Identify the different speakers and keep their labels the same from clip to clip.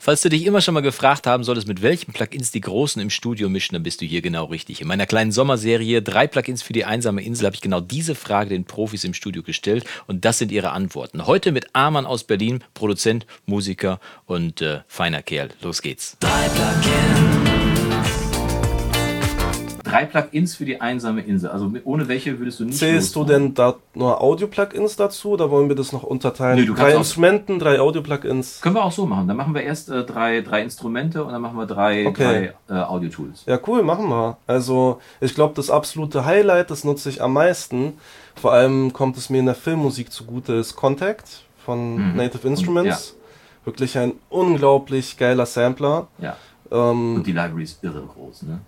Speaker 1: Falls du dich immer schon mal gefragt haben solltest, mit welchen Plugins die Großen im Studio mischen, dann bist du hier genau richtig. In meiner kleinen Sommerserie Drei Plugins für die einsame Insel habe ich genau diese Frage den Profis im Studio gestellt und das sind ihre Antworten. Heute mit Arman aus Berlin, Produzent, Musiker und äh, feiner Kerl. Los geht's. Drei Plugins. Drei Plugins für die einsame Insel. Also mit- ohne welche würdest du nicht
Speaker 2: Zählst du
Speaker 1: losfahren?
Speaker 2: denn da nur Audio-Plugins dazu oder wollen wir das noch unterteilen?
Speaker 1: Nee, du kannst
Speaker 2: drei
Speaker 1: auch-
Speaker 2: Instrumenten, drei Audio-Plugins.
Speaker 1: Können wir auch so machen. Dann machen wir erst äh, drei, drei Instrumente und dann machen wir drei,
Speaker 2: Okay.
Speaker 1: drei äh, Audio-Tools.
Speaker 2: Ja, cool, machen wir. Also, ich glaube, das absolute Highlight, das nutze ich am meisten. Vor allem kommt es mir in der Filmmusik zugute, ist Contact von
Speaker 1: Mhm.
Speaker 2: Native Instruments. Wirklich ein unglaublich geiler Sampler.
Speaker 1: Ja.
Speaker 2: Ähm,
Speaker 1: Und die Library ist irre groß, ne?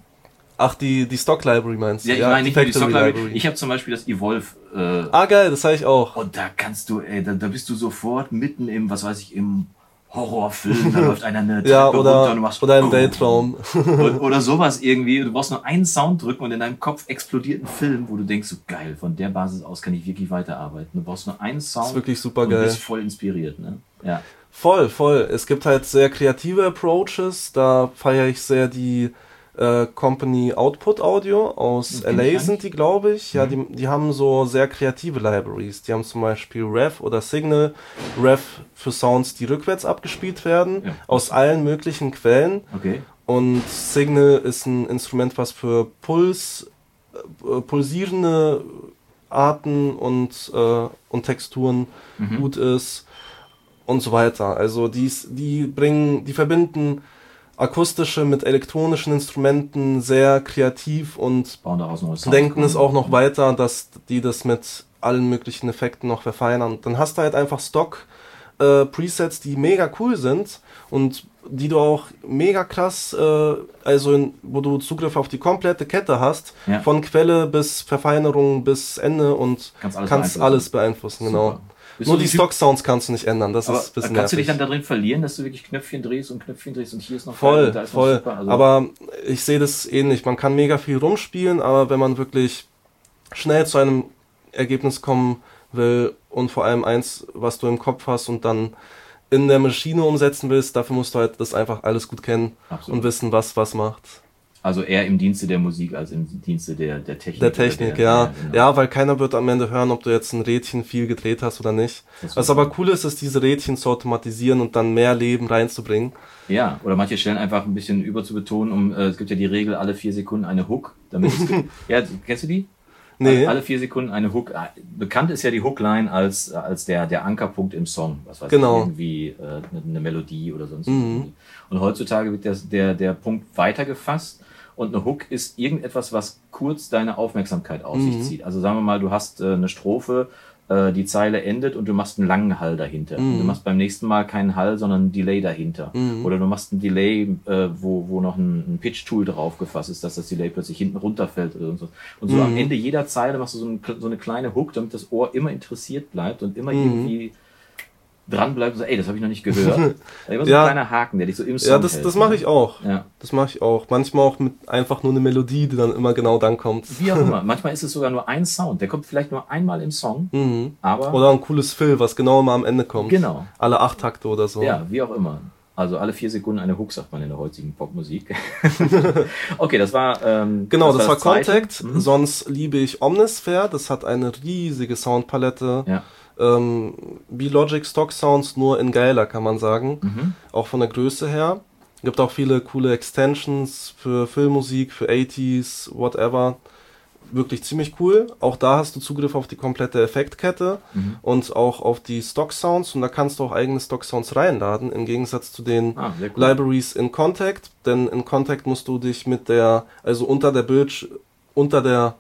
Speaker 2: ach, die, die Stock Library meinst du?
Speaker 1: Ja, ich meine nicht nur die
Speaker 2: Factory
Speaker 1: Stock-Library. Ich habe zum Beispiel das Evolve. Äh,
Speaker 2: ah, geil, das habe ich auch.
Speaker 1: und da kannst du, ey, da, da bist du sofort mitten im, was weiß ich, im Horrorfilm. Da läuft einer eine Treppe
Speaker 2: Ja,
Speaker 1: runter und du
Speaker 2: oder,
Speaker 1: machst
Speaker 2: oder im Weltraum.
Speaker 1: Und, oder sowas irgendwie. Du brauchst nur einen Sound drücken und in deinem Kopf explodiert ein Film, wo du denkst, so geil, von der Basis aus kann ich wirklich weiterarbeiten. Du brauchst nur einen Sound
Speaker 2: ist wirklich super
Speaker 1: und
Speaker 2: geil.
Speaker 1: bist voll inspiriert, ne? Ja.
Speaker 2: Voll, voll. Es gibt halt sehr kreative Approaches. Da feiere ich sehr die äh, Company Output Audio aus
Speaker 1: Das kenn ich
Speaker 2: LA
Speaker 1: gar Mhm.
Speaker 2: sind die, glaube ich. Ja, die, die haben so sehr kreative Libraries. Die haben zum Beispiel Rev oder Signal. Rev für Sounds, die rückwärts abgespielt werden,
Speaker 1: Ja.
Speaker 2: aus allen möglichen Quellen.
Speaker 1: Okay.
Speaker 2: Und Signal ist ein Instrument, was für Puls, äh, pulsierende Arten und, äh, und Texturen
Speaker 1: Mhm.
Speaker 2: gut ist und so weiter. Also die, ist- die bringen, die verbinden akustische mit elektronischen Instrumenten sehr kreativ und
Speaker 1: Bauen daraus neue Sounds.
Speaker 2: denken es auch noch weiter, dass die das mit allen möglichen Effekten noch verfeinern. Dann hast du halt einfach Stock äh, Presets, die mega cool sind und die du auch mega krass, äh, also in, wo du Zugriff auf die komplette Kette hast,
Speaker 1: Ja.
Speaker 2: von Quelle bis Verfeinerung bis Ende und
Speaker 1: Kannst alles beeinflussen.
Speaker 2: alles beeinflussen, genau.
Speaker 1: Super. Bist
Speaker 2: Nur
Speaker 1: du
Speaker 2: die
Speaker 1: ein Typ-
Speaker 2: Stock-Sounds kannst du nicht ändern, das
Speaker 1: Aber
Speaker 2: ist ein bisschen
Speaker 1: kannst du dich
Speaker 2: nervig.
Speaker 1: dann darin verlieren, dass du wirklich Knöpfchen drehst und Knöpfchen drehst und hier ist noch geil
Speaker 2: Voll,
Speaker 1: und da ist noch
Speaker 2: voll.
Speaker 1: super. Also-
Speaker 2: aber ich sehe das ähnlich. Man kann mega viel rumspielen, aber wenn man wirklich schnell zu einem Ergebnis kommen will und vor allem eins, was du im Kopf hast und dann in der Maschine umsetzen willst, dafür musst du halt das einfach alles gut kennen
Speaker 1: Absolut.
Speaker 2: und wissen, was was macht.
Speaker 1: Also eher im Dienste der Musik als im Dienste der, der Technik.
Speaker 2: Der Technik, ja. Ja,
Speaker 1: genau.
Speaker 2: weil keiner wird am Ende hören, ob du jetzt ein Rädchen viel gedreht hast oder nicht.
Speaker 1: Das
Speaker 2: Was
Speaker 1: wird-
Speaker 2: aber cool ist, ist diese Rädchen zu automatisieren und dann mehr Leben reinzubringen.
Speaker 1: ja, oder manche Stellen einfach ein bisschen über zu betonen, um, äh, es gibt ja die Regel, alle vier Sekunden eine Hook. Damit es ge- ja, kennst du die?
Speaker 2: Nee.
Speaker 1: Alle, alle vier Sekunden eine Hook. Ah, Bekannt ist ja die Hookline als, äh, als der, der Ankerpunkt im Song. Was weiß
Speaker 2: Genau. Mhm.
Speaker 1: ich, irgendwie äh, eine eine Melodie oder sonst irgendwie. Und heutzutage wird das, der, der Punkt weitergefasst und eine Hook ist irgendetwas, was kurz deine Aufmerksamkeit auf
Speaker 2: Mhm.
Speaker 1: sich zieht. Also sagen wir mal, du hast äh, eine Strophe, äh, die Zeile endet und du machst einen langen Hall dahinter. Und
Speaker 2: Mhm.
Speaker 1: du machst beim nächsten Mal keinen Hall, sondern einen Delay dahinter. Oder du machst einen Delay, äh, wo, wo noch ein, ein Pitch-Tool draufgefasst ist, dass das Delay plötzlich hinten runterfällt oder so. Und so
Speaker 2: Mhm.
Speaker 1: am Ende jeder Zeile machst du so, ein, so eine kleine Hook, damit das Ohr immer interessiert bleibt und
Speaker 2: Mhm.
Speaker 1: immer irgendwie dran bleibt und sagt, ey, das habe ich noch nicht gehört. Also Immer so
Speaker 2: Ja.
Speaker 1: ein kleiner Haken, der dich so im Song
Speaker 2: Ja, das,
Speaker 1: hält,
Speaker 2: das
Speaker 1: ne?
Speaker 2: mache ich auch.
Speaker 1: Ja.
Speaker 2: Das mache ich auch. Manchmal auch mit einfach nur eine Melodie, die dann immer genau dann kommt.
Speaker 1: Wie auch immer. Manchmal ist es sogar nur ein Sound. Der kommt vielleicht nur einmal im Song, aber
Speaker 2: Mhm. Oder ein cooles Fill, was genau immer am Ende kommt.
Speaker 1: Genau.
Speaker 2: Alle acht Takte oder so.
Speaker 1: ja, wie auch immer. Also alle vier Sekunden eine Hook, sagt man in der heutigen Popmusik. okay, das war ähm,
Speaker 2: Genau, das, war
Speaker 1: Zweite. Mhm.
Speaker 2: Contact. Sonst liebe ich Omnisphere. Das hat eine riesige Soundpalette.
Speaker 1: Ja.
Speaker 2: Ähm, wie Logic Stock Sounds, nur in geiler, kann man sagen.
Speaker 1: Mhm.
Speaker 2: Auch von der Größe her. Gibt auch viele coole Extensions für Filmmusik, für 80s, whatever. Wirklich ziemlich cool. Auch da hast du Zugriff auf die komplette Effektkette und auch auf die Stock Sounds. Und da kannst du auch eigene Stock Sounds reinladen, im Gegensatz zu den
Speaker 1: Ah, sehr cool.
Speaker 2: Libraries in Contact. Denn in Contact musst du dich mit der, also unter der Bildsch unter der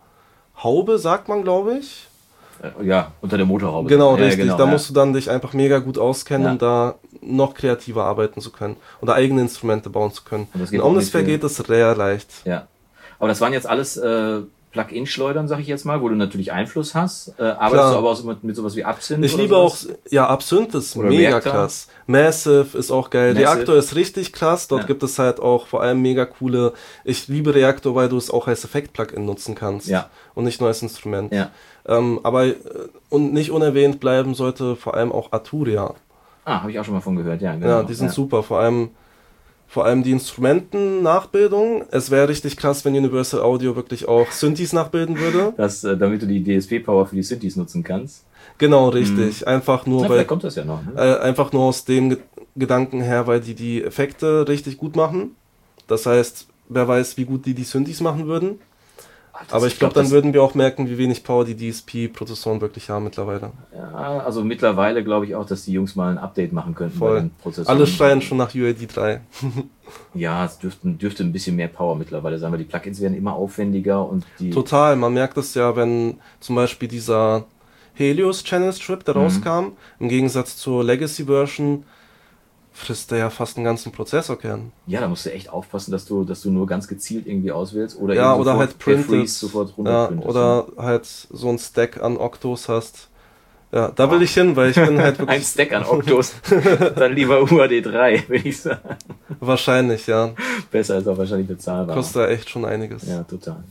Speaker 2: Haube, sagt man, glaube ich.
Speaker 1: Äh, ja, unter der Motorhaube.
Speaker 2: Genau,
Speaker 1: ja,
Speaker 2: richtig.
Speaker 1: Genau,
Speaker 2: da
Speaker 1: ja.
Speaker 2: musst du dann dich einfach mega gut auskennen,
Speaker 1: Ja.
Speaker 2: um da noch kreativer arbeiten zu können oder eigene Instrumente bauen zu können.
Speaker 1: Und das geht
Speaker 2: In
Speaker 1: auch mit
Speaker 2: Omnisphere
Speaker 1: viel-
Speaker 2: geht es sehr leicht.
Speaker 1: Ja. Aber das waren jetzt alles äh, Plug-in-Schleudern, sag ich jetzt mal, wo du natürlich Einfluss hast. Äh, arbeitest
Speaker 2: Klar.
Speaker 1: du aber auch so mit, mit sowas wie Absinthe
Speaker 2: Ich
Speaker 1: oder
Speaker 2: liebe auch,
Speaker 1: sowas?
Speaker 2: ja, Absinthe ist
Speaker 1: Oder
Speaker 2: mega
Speaker 1: Reactor.
Speaker 2: krass. Massive ist auch geil.
Speaker 1: Massive.
Speaker 2: Reaktor ist richtig krass. Dort
Speaker 1: Ja.
Speaker 2: gibt es halt auch vor allem mega coole. Ich liebe Reaktor, weil du es auch als Effekt-Plugin nutzen kannst.
Speaker 1: Ja.
Speaker 2: Und nicht nur als Instrument.
Speaker 1: Ja.
Speaker 2: Ähm, aber äh, und nicht unerwähnt bleiben sollte vor allem auch Arturia.
Speaker 1: Ah, habe ich auch schon mal von gehört, ja. Genau.
Speaker 2: Ja, die sind super. Vor allem Vor allem die Instrumenten-Nachbildung. Es wäre richtig krass, wenn Universal Audio wirklich auch Synthes nachbilden würde.
Speaker 1: Das, äh, damit du die DSP-Power für die Synthes nutzen kannst.
Speaker 2: Genau, richtig. Einfach nur,
Speaker 1: Mhm. Na,
Speaker 2: weil,
Speaker 1: vielleicht kommt das ja noch. Ne?
Speaker 2: äh, einfach nur aus dem Ge Gedanken her, weil die die Effekte richtig gut machen. Das heißt, wer weiß, wie gut die die Synthes machen würden.
Speaker 1: Alter,
Speaker 2: Aber ich glaube,
Speaker 1: glaub,
Speaker 2: dann würden wir auch merken, wie wenig Power die DSP-Prozessoren wirklich haben mittlerweile.
Speaker 1: das- Ja, also mittlerweile glaube ich auch, dass die Jungs mal ein Update machen könnten
Speaker 2: Voll.
Speaker 1: bei den Prozessoren.
Speaker 2: Alle schreien schon nach UAD 3.
Speaker 1: Ja, es dürften, dürfte ein bisschen mehr Power mittlerweile sein, weil die Plugins werden immer aufwendiger und die.
Speaker 2: Total, man merkt es ja, wenn zum Beispiel dieser Helios Channel Strip, der
Speaker 1: Mhm.
Speaker 2: rauskam, im Gegensatz zur Legacy Version, frisst der ja fast einen ganzen Prozessorkern.
Speaker 1: Ja, da musst du echt aufpassen, dass du, dass du nur ganz gezielt irgendwie auswählst oder
Speaker 2: Ja,
Speaker 1: eben
Speaker 2: oder
Speaker 1: sofort
Speaker 2: halt printed.
Speaker 1: per Freeze sofort
Speaker 2: Ja,
Speaker 1: runterprintest.
Speaker 2: oder halt so ein Stack an Octos hast. Ja, da will ich hin, weil ich bin halt
Speaker 1: Ein
Speaker 2: wirklich
Speaker 1: Stack an Octos, dann lieber UAD 3, würde ich sagen.
Speaker 2: wahrscheinlich, ja.
Speaker 1: Besser ist auch wahrscheinlich bezahlbar.
Speaker 2: Kostet ja echt schon einiges.
Speaker 1: Ja, total.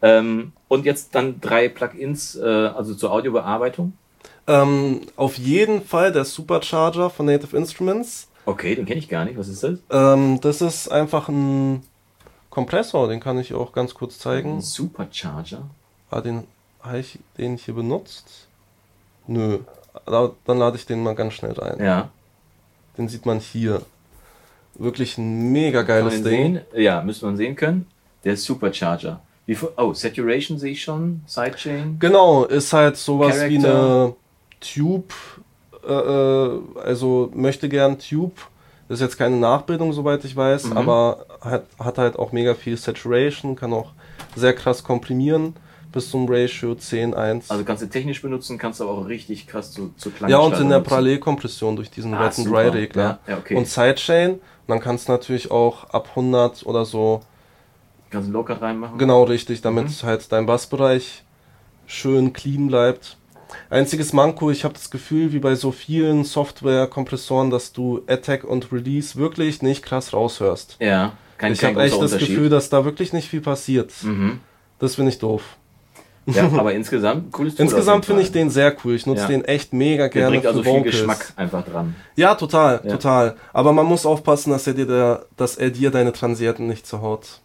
Speaker 1: Ähm, und jetzt dann drei Plugins, äh, also zur Audiobearbeitung.
Speaker 2: Ähm, auf jeden Fall der Supercharger von Native Instruments.
Speaker 1: Okay, den kenne ich gar nicht. Was ist das?
Speaker 2: Ähm, das ist einfach ein Kompressor, den kann ich auch ganz kurz
Speaker 1: Ein
Speaker 2: zeigen.
Speaker 1: Supercharger.
Speaker 2: Ah, den habe ich den hier benutzt? Nö. Da, dann lade ich den mal ganz schnell rein.
Speaker 1: Ja.
Speaker 2: Den sieht man hier. Wirklich ein mega
Speaker 1: Kann man
Speaker 2: geiles
Speaker 1: den
Speaker 2: Ding.
Speaker 1: sehen? Ja, müsste man sehen können. Der Supercharger. Wie fu- oh, Saturation sehe ich schon. Sidechain.
Speaker 2: Genau, ist halt sowas wie eine
Speaker 1: Character.
Speaker 2: Tube, äh, äh, also möchte gern Tube. Das ist jetzt keine Nachbildung, soweit ich weiß,
Speaker 1: Mhm.
Speaker 2: aber hat, hat halt auch mega viel Saturation, kann auch sehr krass komprimieren bis zum Ratio 10:1.
Speaker 1: Also kannst du technisch benutzen, kannst aber auch richtig krass zu, zu kleinen
Speaker 2: ja, und in der Parallelkompression durch diesen
Speaker 1: Ah,
Speaker 2: Red and
Speaker 1: super.
Speaker 2: Dry Regler.
Speaker 1: Ja, ja, okay.
Speaker 2: Und Sidechain. Und dann kannst du natürlich auch ab 100 oder so
Speaker 1: Kannst du einen Low-Cut reinmachen.
Speaker 2: Genau, richtig, damit
Speaker 1: Mhm.
Speaker 2: halt dein Bassbereich schön clean bleibt. Einziges Manko, ich habe das Gefühl, wie bei so vielen Software-Kompressoren, dass du Attack und Release wirklich nicht krass raushörst.
Speaker 1: Ja, kein,
Speaker 2: ich
Speaker 1: kein
Speaker 2: habe
Speaker 1: großer
Speaker 2: echt das
Speaker 1: Unterschied.
Speaker 2: Gefühl, dass da wirklich nicht viel passiert.
Speaker 1: Mhm.
Speaker 2: Das finde ich doof.
Speaker 1: Ja, aber insgesamt cooles Tool
Speaker 2: Insgesamt
Speaker 1: auf jeden
Speaker 2: finde ich
Speaker 1: Fall.
Speaker 2: den sehr cool. Ich nutze
Speaker 1: Ja.
Speaker 2: den echt mega
Speaker 1: Der
Speaker 2: gerne.
Speaker 1: bringt also
Speaker 2: für
Speaker 1: viel
Speaker 2: Vocals.
Speaker 1: Geschmack einfach dran.
Speaker 2: Ja, total,
Speaker 1: Ja.
Speaker 2: total. Aber man muss aufpassen, dass er dir, der, dass er dir deine Transierten nicht zerhaut.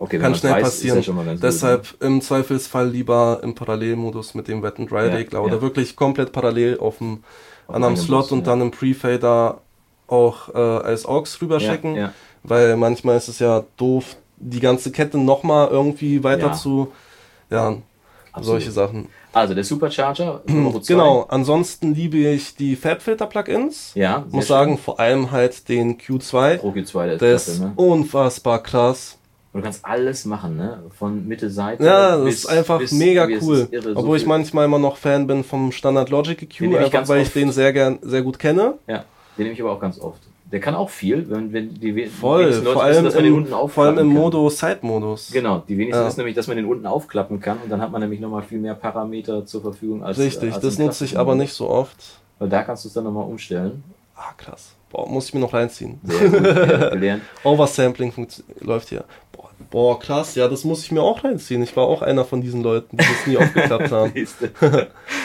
Speaker 1: Okay, wenn
Speaker 2: Kann
Speaker 1: man's
Speaker 2: schnell
Speaker 1: weiß,
Speaker 2: passieren.
Speaker 1: Ist ja schon mal ganz
Speaker 2: Deshalb
Speaker 1: Gut. ne?
Speaker 2: im Zweifelsfall lieber im Parallelmodus mit dem Wet and Dry
Speaker 1: Ja,
Speaker 2: Regler
Speaker 1: ja.
Speaker 2: oder wirklich komplett parallel auf dem
Speaker 1: Auf
Speaker 2: an einem
Speaker 1: einem
Speaker 2: Slot
Speaker 1: Bus,
Speaker 2: und
Speaker 1: ja.
Speaker 2: dann im Prefader auch äh, als AUX rüberschicken,
Speaker 1: Ja, ja.
Speaker 2: weil manchmal ist es ja doof, die ganze Kette nochmal irgendwie weiter
Speaker 1: Ja.
Speaker 2: zu. Ja,
Speaker 1: Absolut.
Speaker 2: solche Sachen.
Speaker 1: Also der Supercharger, Nummer zwei.
Speaker 2: Genau, ansonsten liebe ich die Fabfilter-Plugins.
Speaker 1: Ja, sehr
Speaker 2: Muss
Speaker 1: schön.
Speaker 2: sagen, vor allem halt den Q2.
Speaker 1: Pro Q2, der ist
Speaker 2: Der ist
Speaker 1: klasse, ne?
Speaker 2: unfassbar krass.
Speaker 1: Und du kannst alles machen, ne? Von Mitte, Seite.
Speaker 2: Ja, das
Speaker 1: Äh, bis,
Speaker 2: ist einfach
Speaker 1: bis,
Speaker 2: mega
Speaker 1: es
Speaker 2: cool.
Speaker 1: ist irre, so
Speaker 2: Obwohl ich
Speaker 1: viel-
Speaker 2: manchmal immer noch Fan bin vom Standard Logic EQ,
Speaker 1: Den nehm ich
Speaker 2: einfach
Speaker 1: ganz
Speaker 2: weil ich
Speaker 1: oft.
Speaker 2: den sehr gern, sehr gut kenne.
Speaker 1: Ja, den nehme ich aber auch ganz oft. Der kann auch viel, wenn, wenn die we-
Speaker 2: Voll,
Speaker 1: wenigsten Leute
Speaker 2: vor
Speaker 1: wissen,
Speaker 2: allem,
Speaker 1: dass man den
Speaker 2: im,
Speaker 1: unten
Speaker 2: vor
Speaker 1: aufklappen
Speaker 2: allem im
Speaker 1: kann.
Speaker 2: Modo Side-Modus.
Speaker 1: Genau, die wenigsten
Speaker 2: Ja.
Speaker 1: ist nämlich, dass man den unten aufklappen kann und dann hat man nämlich nochmal viel mehr Parameter zur Verfügung als äh,
Speaker 2: Richtig,
Speaker 1: als
Speaker 2: das
Speaker 1: im
Speaker 2: nutze ich
Speaker 1: klassischen
Speaker 2: aber
Speaker 1: Modus.
Speaker 2: nicht so oft.
Speaker 1: Weil da kannst du es dann nochmal umstellen.
Speaker 2: Ah, krass. Boah, muss ich mir noch reinziehen.
Speaker 1: Sehr gut äh, gelernt.
Speaker 2: Oversampling funktio- läuft hier. Boah, boah, krass, ja, das muss ich mir auch reinziehen. Ich war auch einer von diesen Leuten, die das nie aufgeklappt haben.
Speaker 1: Siehst du.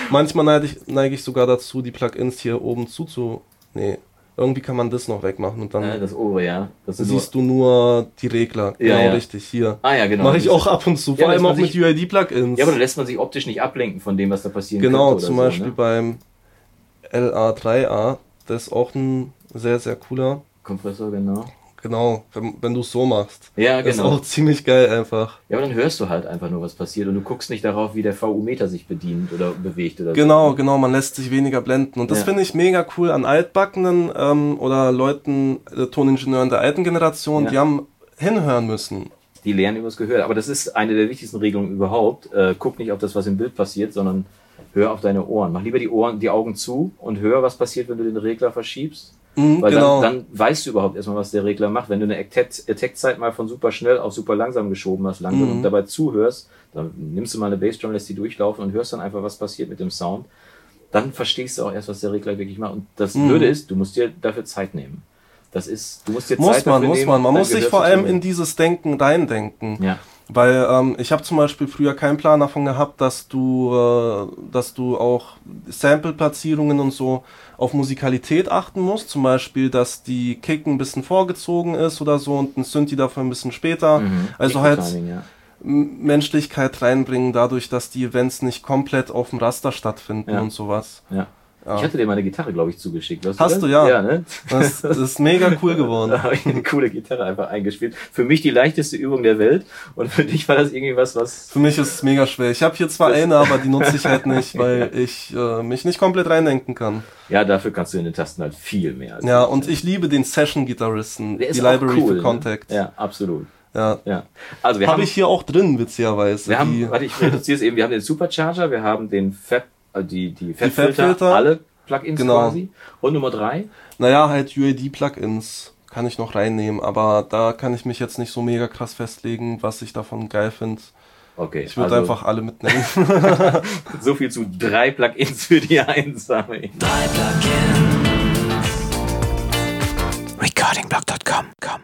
Speaker 2: Manchmal neige ich, neige ich sogar dazu, die Plugins hier oben zuzu. Nee, irgendwie kann man das noch wegmachen und dann
Speaker 1: Ja, das obere, ja. Das ist
Speaker 2: siehst du nur die Regler.
Speaker 1: Ja,
Speaker 2: genau
Speaker 1: ja.
Speaker 2: richtig, hier.
Speaker 1: Ah ja, genau.
Speaker 2: Mache ich auch ab und zu, vor
Speaker 1: Ja,
Speaker 2: allem
Speaker 1: dass
Speaker 2: auch
Speaker 1: man
Speaker 2: mit
Speaker 1: sich-
Speaker 2: UID-Plugins.
Speaker 1: Ja, aber da lässt man sich optisch nicht ablenken von dem, was da passieren
Speaker 2: genau,
Speaker 1: könnte.
Speaker 2: zum
Speaker 1: oder
Speaker 2: Beispiel
Speaker 1: So, ne?
Speaker 2: beim LA3A, das ist auch ein sehr, sehr cooler.
Speaker 1: Kompressor, genau.
Speaker 2: Genau, wenn, wenn du es so machst.
Speaker 1: Ja,
Speaker 2: Das
Speaker 1: genau.
Speaker 2: Ist auch ziemlich geil einfach.
Speaker 1: Ja, aber dann hörst du halt einfach nur, was passiert und du guckst nicht darauf, wie der VU-Meter sich bedient oder bewegt oder
Speaker 2: Genau, genau, man lässt sich weniger blenden. Und das
Speaker 1: Ja.
Speaker 2: finde ich mega cool an Altbackenen ähm, oder Leuten, äh, Toningenieuren der alten Generation,
Speaker 1: Ja.
Speaker 2: die haben hinhören müssen.
Speaker 1: so. Die lernen übers Gehör. Aber das ist eine der wichtigsten Regelungen überhaupt. Äh, guck nicht auf das, was im Bild passiert, sondern hör auf deine Ohren. Mach lieber die Ohren, die Augen zu und hör, was passiert, wenn du den Regler verschiebst.
Speaker 2: Mhm,
Speaker 1: Weil
Speaker 2: genau.
Speaker 1: dann, dann weißt du überhaupt erstmal, was der Regler macht. Wenn du eine Attack- Attack-Zeit mal von super schnell auf super langsam geschoben hast, langsam
Speaker 2: Mhm.
Speaker 1: und dabei zuhörst, dann nimmst du mal eine Bassdrum, lässt die durchlaufen und hörst dann einfach, was passiert mit dem Sound. Dann verstehst du auch erst, was der Regler wirklich macht. Und das
Speaker 2: Mhm.
Speaker 1: Blöde ist, du musst dir dafür Zeit nehmen. Das ist, du musst dir
Speaker 2: muss
Speaker 1: Zeit
Speaker 2: man,
Speaker 1: dafür
Speaker 2: muss
Speaker 1: nehmen,
Speaker 2: man. Man
Speaker 1: dein
Speaker 2: muss sich
Speaker 1: Gehör
Speaker 2: vor
Speaker 1: zu
Speaker 2: allem in
Speaker 1: trainieren.
Speaker 2: dieses Denken reindenken.
Speaker 1: Ja.
Speaker 2: Weil ähm, ich habe zum Beispiel früher keinen Plan davon gehabt, dass du, äh, dass du auch Sample-Platzierungen und so auf Musikalität achten musst. Zum Beispiel, dass die Kick ein bisschen vorgezogen ist oder so und ein Synthi dafür ein bisschen später.
Speaker 1: Mhm.
Speaker 2: Also
Speaker 1: Kick
Speaker 2: halt
Speaker 1: Timing, ja.
Speaker 2: Menschlichkeit reinbringen, dadurch, dass die Events nicht komplett auf dem Raster stattfinden
Speaker 1: Ja.
Speaker 2: und sowas.
Speaker 1: Ja.
Speaker 2: Ja.
Speaker 1: Ich hatte dir meine Gitarre, glaube ich, zugeschickt. Hast,
Speaker 2: Hast
Speaker 1: das?
Speaker 2: du, ja.
Speaker 1: Ja, ne?
Speaker 2: Das, das ist mega cool geworden.
Speaker 1: Da habe ich eine coole Gitarre einfach eingespielt. Für mich die leichteste Übung der Welt. Und für dich war das irgendwie was, was.
Speaker 2: Für mich ist es mega schwer. Ich habe hier zwar eine, aber die nutze ich halt nicht, weil ich äh, mich nicht komplett reindenken kann.
Speaker 1: Ja, dafür kannst du in den Tasten halt viel mehr. als
Speaker 2: Ja,
Speaker 1: ich.
Speaker 2: und ich liebe den Session-Gitarristen,
Speaker 1: Der
Speaker 2: die
Speaker 1: ist auch
Speaker 2: Library
Speaker 1: cool,
Speaker 2: for Contact.
Speaker 1: Ne? Ja, absolut.
Speaker 2: Ja.
Speaker 1: Ja. Also wir
Speaker 2: Habe
Speaker 1: haben,
Speaker 2: ich hier auch drin, witzigerweise.
Speaker 1: wir
Speaker 2: die,
Speaker 1: haben, warte, ich reduziere es eben. Wir haben den Supercharger, wir haben den Fab, äh, die, die Fabfilter,
Speaker 2: Fabfilter.
Speaker 1: alle Plugins
Speaker 2: Genau.
Speaker 1: quasi. Und Nummer drei,
Speaker 2: naja, halt UAD-Plugins kann ich noch reinnehmen, aber da kann ich mich jetzt nicht so mega krass festlegen, was ich davon geil finde.
Speaker 1: okay. also
Speaker 2: Ich würde einfach alle mitnehmen.
Speaker 1: so viel zu drei Plugins für die Einsammeln.
Speaker 3: Drei Plugins. Recordingblock.com